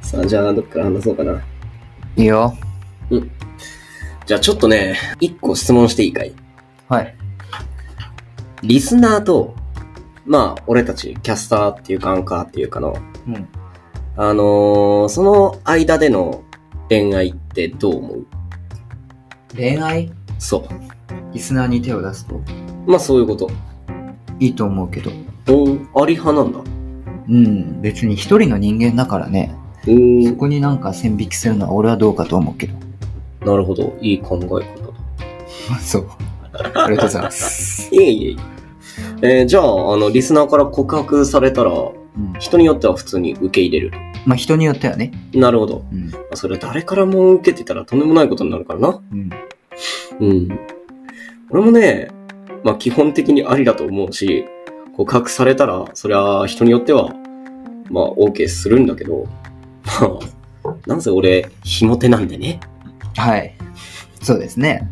さあ、じゃあ、どっから話そうかな。いいよ。じゃあ、ちょっとね、一個質問していいかいはい。リスナーと、まあ、俺たち、キャスターっていうか、アンカーっていうかの、うん。あのーその間での恋愛ってどう思う恋愛そリスナーに手を出すとう。まあ、そういうこと。いいと思うけど。おーあり派なんだ。うん。別に一人の人間だからね。うーそん。こになんか線引きするのは俺はどうかと思うけど。なるほど。いい考え方だ。そう。ありがとうございます。いえいえ。えーじゃあ、あの、リスナーから告白されたら、うん。人によっては普通に受け入れる。まあ人によってはね。なるほど。うん。それ誰からも受けてたらとんでもないことになるからな。うん。うん。俺もね、まあ基本的にありだと思うし、告白されたら、そりゃ人によっては、まあ OK するんだけど、まあ、なんせ俺、ひも手なんでね、はい。そうですね。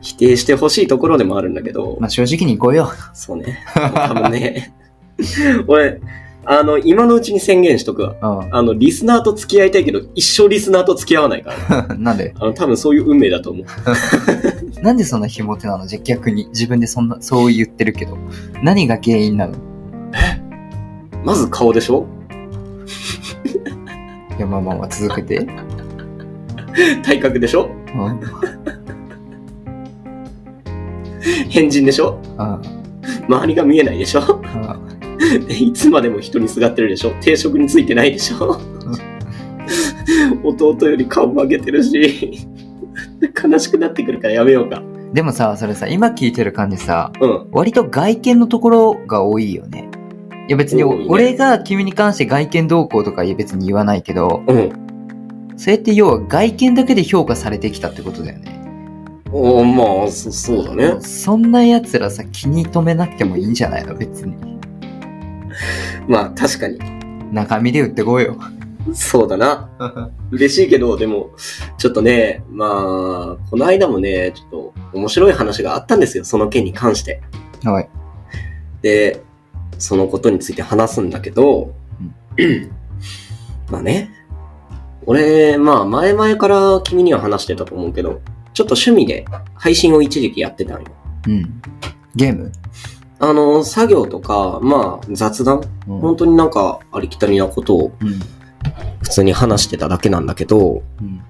否定してほしいところでもあるんだけど、まあ正直に行こうよ。そうね。多分ね、 俺、あの、今のうちに宣言しとくわ。うあの、リスナーと付き合いたいけど、一生リスナーと付き合わないから。ん。 なんであの、多分そういう運命だと思う。なんでそんなひも手なのじゃ逆に。自分でそんな、そう言ってるけど。何が原因なのまず顔でしょいや、まあまあまあ続けて。う体格でしょん。変人でしょうん。周りが見えないでしょう いつまでも人にすがってるでしょ定職についてないでしょ 弟より顔曲げてるし 悲しくなってくるからやめようかんでもさ、それさ、今聞いてる感じさ、うん割と外見のところが多いよね。いや別に多いね俺が君に関して外見動向とか別に言わないけど、うんそれって要は外見だけで評価されてきたってことだよね。おーまあそそうだねそんな奴らさ気に留めなくてもいいんじゃないの別に。まあ確かに中身で売ってこ うよ。そうだな嬉しいけどでもちょっとねまあこの間もねちょっと面白い話があったんですよその件に関してはい。で、そのことについて話すんだけど、 まあね、俺、まあ前々から君には話してたと思うけど、ちょっと趣味で配信を一時期やってたんよ。うん。ゲームあの、作業とか、まあ雑談、うん本当になんかありきたりなことをうん。普通に話してただけなんだけど、うん。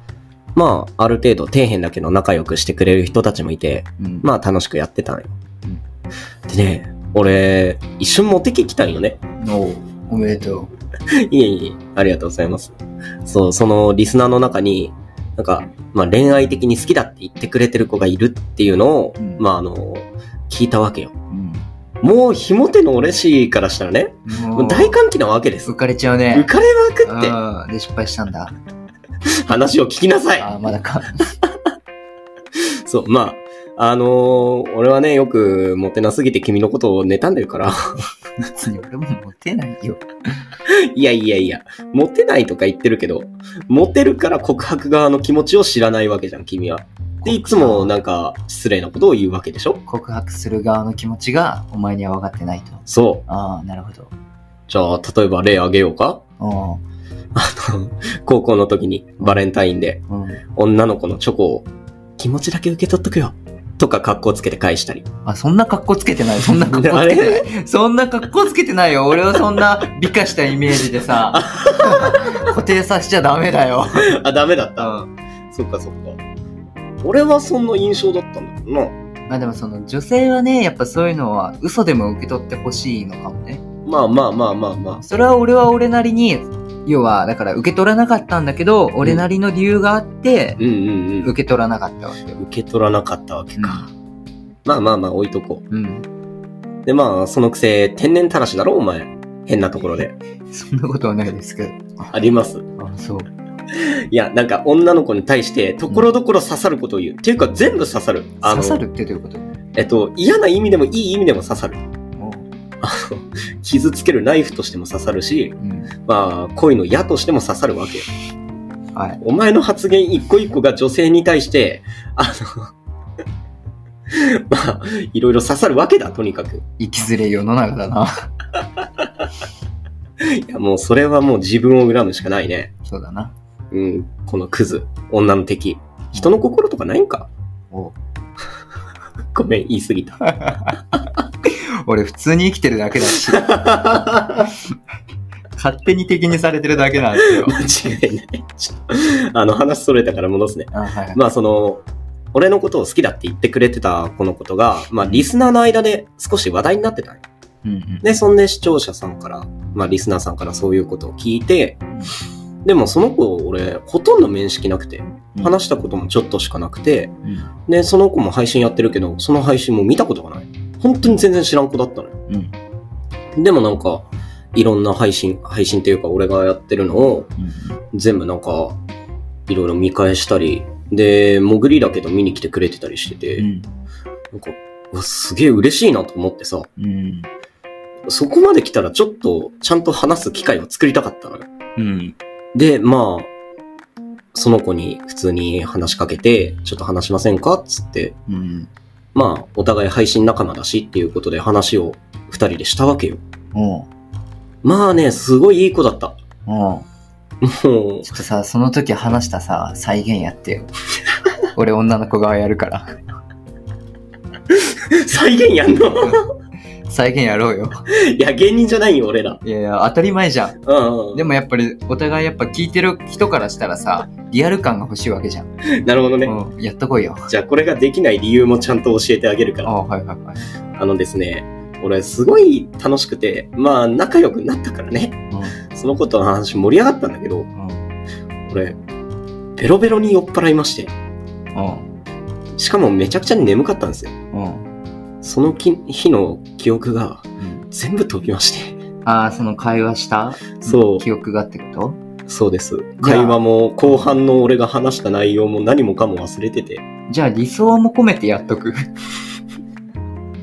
まあある程度底辺だけど仲良くしてくれる人たちもいて、うん。まあ楽しくやってたんようん。でね、俺、一瞬モテ期来たんよね。おうおめでといえいえ、ありがとうございます。そう、そのリスナーの中に、なんか、まあ恋愛的に好きだって言ってくれてる子がいるっていうのを、うんまああの、聞いたわけよう。。うもう、ひも手の俺しからしたらね、ん。もう大歓喜なわけです。浮かれちゃう浮ね。かれまくっうん。で、失敗したんだ。て、話を聞きなさい。ああ、まだか。そう、まあ、あのー俺はね、よく、モテなすぎて君のことを妬んでるから、別に俺もモテないよ。いやいやいや、モテないとか言ってるけど、モテるから告白側の気持ちを知らないわけじゃん、君は。で、いつもなんか、失礼なことを言うわけでしょ告白する側の気持ちがお前には分かってないと。そう。ああ、なるほど。じゃあ、例えば例あげようかうあの、高校の時にバレンタインでん。うん。女の子のチョコを気持ちだけ受け取っとくよ。とか格好つけて返したり。あ、そんな格好つけてない。そんな格好 つけてない。そんな格好つけてないよ。俺はそんな美化したイメージで さ、固定させちゃダメだよ。あ、ダメだっうた。ん。そっかそっか。俺はそんな印象だったんだけどな。まあでもその女性はね、やっぱそういうのは嘘でも受け取ってほしいのかもね。まあまあまあまあまそれは俺は俺なりに、要はだから受け取らなかったんだけど、俺なりの理由があってあ。、うんうんうん。受け取らなかったわけよ。受け取らなかったわけか。まあまあまあ置いとこうん。う。でまあ、そのくせ、天然たらしだろ、お前。変なところで。そんなことはないですけど。あります。あ、そう。いや、なんか女の子に対して、ところどころ刺さることを言う。っていうか、全部刺さる。あの刺さるってどういうことえっと、嫌な意味でもいい意味でも刺さる。傷つけるナイフとしても刺さるし、うん。まあ、恋の矢としても刺さるわけよ。はい。お前の発言一個一個が女性に対して、あの、 まあ、いろいろ刺さるわけだ、とにかく。生きづれ世の中だな。 いや、もうそれはもう自分を恨むしかないね。そうだな。うん、このクズ、女の敵。人の心とかないんかお ごめん、言い過ぎた。 俺普通に生きてるだけ だし。勝手に敵にされてるだけなんで すよ。間違いない。ちょ あの、話それたから戻すね。あはい。まあ、その、俺のことを好きだって言ってくれてたこのことが、まあ、リスナーの間で少し話題になってたんようんうん。で、そんで視聴者さんから、まあ、リスナーさんからそういうことを聞いて、でもその子、俺、ほとんど面識なくて、うん話したこともちょっとしかなくて、うんで、その子も配信やってるけど、その配信も見たことがない。本当に全然知らん子だったのよ。うんでもなんか、いろんな配信、配信っていうか俺がやってるのをうん全部なんか、いろいろ見返したり、で、潜りだけど見に来てくれてたりしてて、うんなんか、うわ、すげえ嬉しいなと思ってさ、うんそこまで来たらちょっとちゃんと話す機会を作りたかったのよ。うんで、まあ、その子に普通に話しかけて、ちょっと話しませんかっつって、うんまあ、お互い配信仲間だしっていうことで話を二人でしたわけよ。おうまあね、すごいいい子だった。おうもう、ちょっとさ、その時話したさ、再現やっ てよ。俺女の子側やるから。再現やん の再現やろうよ。いや、芸人じゃないよ、俺ら。いやいや、当たり前じゃん。うん、うん。でも、もやっぱり、お互いやっぱ聞いてる人からしたらさ、リアル感が欲しいわけじゃん。なるほどね。うん、やっとこいよ。じゃあ、これができない理由もちゃんと教えてあげるから。あはいはいはい。あのですね、俺、すごい楽しくて、まあ、仲良くなったからね。そのことの話盛り上がったんだけど、うん、うん、俺、ベロベロに酔っ払いまして、しかもめちゃくちゃ眠かったんですよ。うん、うんそのき日の記憶がうん。全部飛びまして。ああ、その会話したそう記憶がってことそうです。会話も後半の俺が話した内容も何もかも忘れて て。じゃあ理想も込めてやっとく。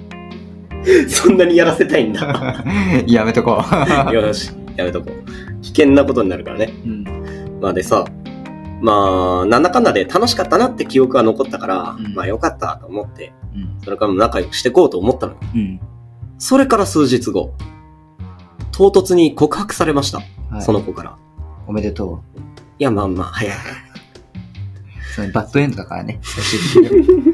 そんなにやらせたいん だ。やめとこう。よし、やめとこう。危険なことになるからね。うん、まあでさ、まあ、なんだかんだで楽しかったなって記憶が残ったから、うんまあよかったと思って、うん、それからも仲良くしていこうと思ったのよ。うん。それから数日後、唐突に告白されました。はいその子から。おめでとう。いや、まあまあ、早い。そのバッドエンドだか らね。最終的に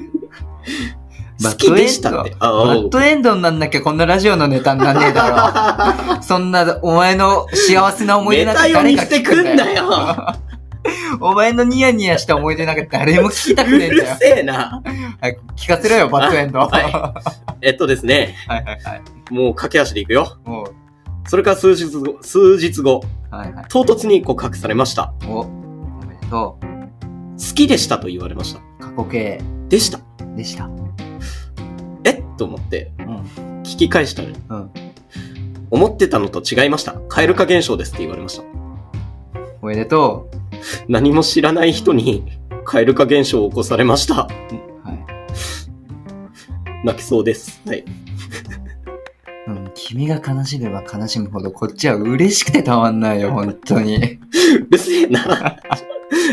バ好ッきドエでンしドたはって。あバあ、おッうドエンドになんなきゃこんなラジオのネタになんねえだろ。そんな、お前の幸せな思い出なんか誰が聞くんだよネタ。 お前のニヤニヤした思い出なんか誰も聞きたく うねえんるだよ。せえな。早く聞かせろよ、バッドエンド。はい はえっとですね、いはいはい。もう駆け足でいくよ。もう、それから数日後、数日後、はいはい。唐突に告白されました。お、おめでとう。好きでしたと言われました。過去形でした。でした。うん。えっと思って、う聞き返したら、ん。思ってたのと違いました。蛙化現象ですって言われました。おめでと何も知らない人に、蛙化現象を起こされました。う。はい。泣きそうです。はい。うん、君が悲しめば悲しむほど、こっちは嬉しくてたまんないよ、本当 に。うるせえな。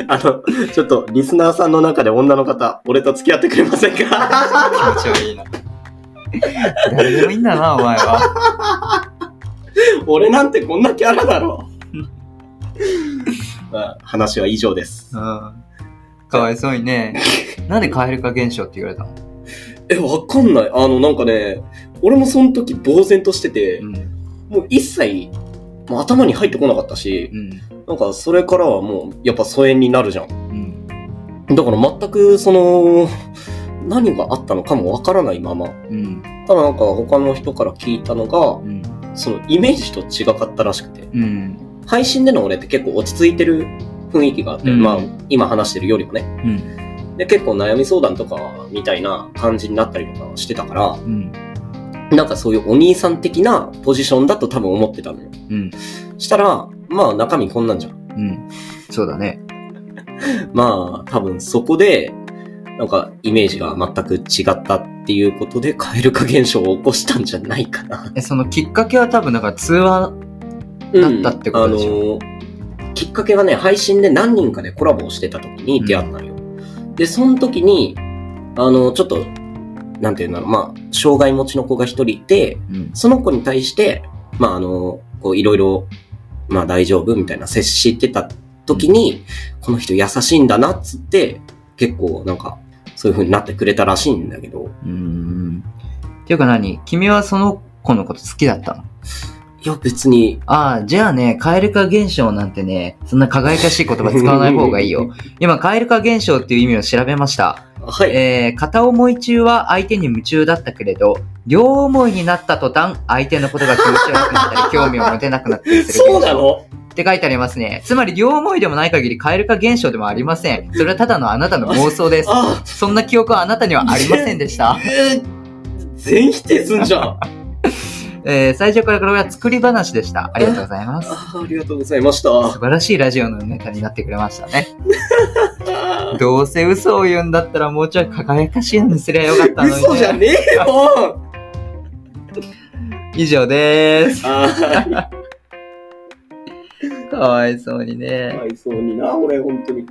あの、ちょっと、リスナーさんの中で女の方、俺と付き合ってくれませんか 気持ち悪いな。誰でもいいんだな、お前は。俺なんてこんなキャラだろ。まあ話は以上です。うん。かわいそうにね。なんで蛙化現象って言われたのえ、わかんない。あの、なんかね、俺もその時呆然としてて、うん。もう一切、もう頭に入ってこなかったし、うん。なんかそれからはもう、やっぱ疎遠になるじゃん。うん。だから全く、その、何があったのかもわからないまま。うん。ただなんか他の人から聞いたのが、うん。そのイメージと違かったらしくて。うん。配信での俺って結構落ち着いてる雰囲気があって、うんまあ今話してるよりもね。うん。で、結構悩み相談とかみたいな感じになったりとかしてたかうん。ら、なんかそういうお兄さん的なポジションだと多分思ってたのよ。うん。したら、まあ中身こんなんじゃん。うん。そうだね。まあ多分そこで、なんかイメージが全く違ったっていうことで蛙化現象を起こしたんじゃないかな。え、そのきっかけは多分、だから通話、だったってことでしうんあのーきっかけがね、配信で何人かでコラボをしてた時に出会ったのよ。で、その時に、あのーちょっと、なんていうんだろう、まあ、障害持ちの子が一人いて、うん。その子に対して、まあ、あのーこう、いろいろ、まあ、大丈夫みたいな接してた時に、この人優しいんだなっつって、結構なんか、そういう風になってくれたらしいんだけど、うーん。っていうか何君はその子のこと好きだったのいや別に、ああ、じゃあね、蛙化現象なんてね、そんな輝かしい言葉使わない方がいいよ。今、蛙化現象っていう意味を調べました。 はい、えー片思い中は相手に夢中だったけれど、両思いになった途端、相手のことが気持ち悪くなったり、興味を持てなくなったりする現象。そうなのって書いてありますね。つまり、両思いでもない限り、蛙化現象でもありません。それはただのあなたの妄想です。あ、そんな記憶はあなたにはありませんでした。えー、全否定すんじゃん。あえー最初からこれは作り話でした。ありがとうございます。ありがとうございました。素晴らしいラジオのネタになってくれました ね。あどうせ嘘を言うんだったら、もうちょい輝かしいのにすりゃよかっーたのに、ね。嘘じゃねえよ以上でーす。あかわいそうにねあ、。かわいそうにな、俺、本当に。